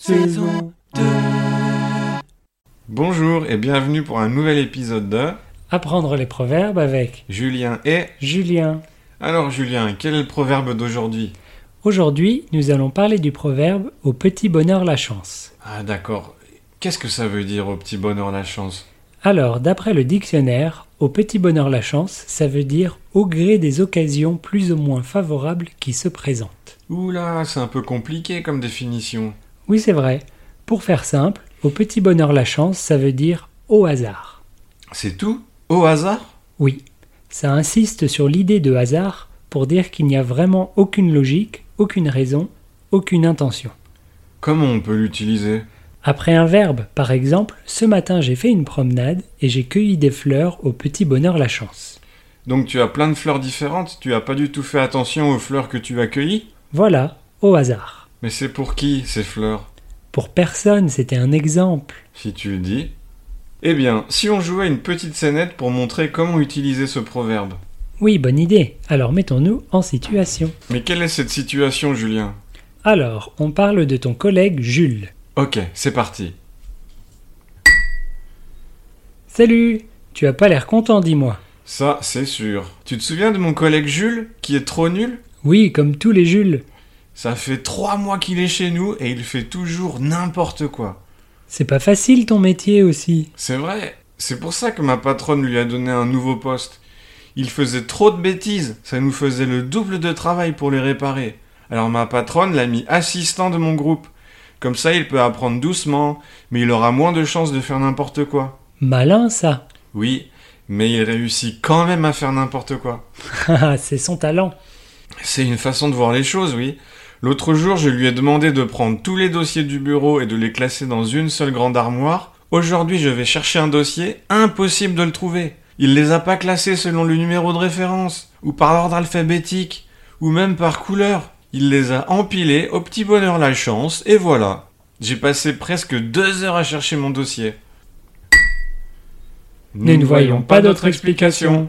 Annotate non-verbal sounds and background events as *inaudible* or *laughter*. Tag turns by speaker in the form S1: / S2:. S1: saison 2.
S2: Bonjour et bienvenue pour un nouvel épisode de
S1: Apprendre les proverbes avec
S2: Julien et...
S1: Julien.
S2: Alors Julien, quel est le proverbe d'aujourd'hui
S1: Aujourd'hui, nous allons parler du proverbe au petit bonheur la chance.
S2: Ah d'accord, qu'est-ce que ça veut dire au petit bonheur la chance
S1: Alors, d'après le dictionnaire, au petit bonheur la chance, ça veut dire au gré des occasions plus ou moins favorables qui se présentent.
S2: Oula, c'est un peu compliqué comme définition.
S1: Oui, c'est vrai. Pour faire simple, au petit bonheur la chance, ça veut dire au hasard.
S2: C'est tout Au hasard
S1: Oui, ça insiste sur l'idée de hasard pour dire qu'il n'y a vraiment aucune logique, aucune raison, aucune intention.
S2: Comment on peut l'utiliser
S1: Après un verbe, par exemple, ce matin j'ai fait une promenade et j'ai cueilli des fleurs au petit bonheur la chance.
S2: Donc tu as plein de fleurs différentes, tu as pas du tout fait attention aux fleurs que tu as cueillies
S1: Voilà, au hasard.
S2: Mais c'est pour qui ces fleurs
S1: Pour personne, c'était un exemple.
S2: Si tu le dis. Eh bien, si on jouait une petite scénette pour montrer comment utiliser ce proverbe.
S1: Oui, bonne idée. Alors mettons-nous en situation.
S2: Mais quelle est cette situation, Julien
S1: Alors, on parle de ton collègue Jules.
S2: Ok, c'est parti.
S1: Salut Tu as pas l'air content, dis-moi.
S2: Ça, c'est sûr. Tu te souviens de mon collègue Jules, qui est trop nul
S1: Oui, comme tous les Jules.
S2: Ça fait trois mois qu'il est chez nous et il fait toujours n'importe quoi.
S1: C'est pas facile ton métier aussi.
S2: C'est vrai, c'est pour ça que ma patronne lui a donné un nouveau poste. Il faisait trop de bêtises, ça nous faisait le double de travail pour les réparer. Alors ma patronne l'a mis assistant de mon groupe. Comme ça, il peut apprendre doucement, mais il aura moins de chances de faire n'importe quoi.
S1: Malin ça *laughs*
S2: Oui, mais il réussit quand même à faire n'importe quoi.
S1: Haha, Ah, C'est son talent.
S2: C'est une façon de voir les choses, oui. L'autre jour, je lui ai demandé de prendre tous les dossiers du bureau et de les classer dans une seule grande armoire. Aujourd'hui, je vais chercher un dossier, impossible de le trouver. Il les a pas classés selon le numéro de référence, ou par ordre alphabétique, ou même par couleur. Il les a empilés au petit bonheur la chance, et voilà. J'ai passé presque deux heures à chercher mon dossier.
S1: Nous ne voyons pas d'autre explication.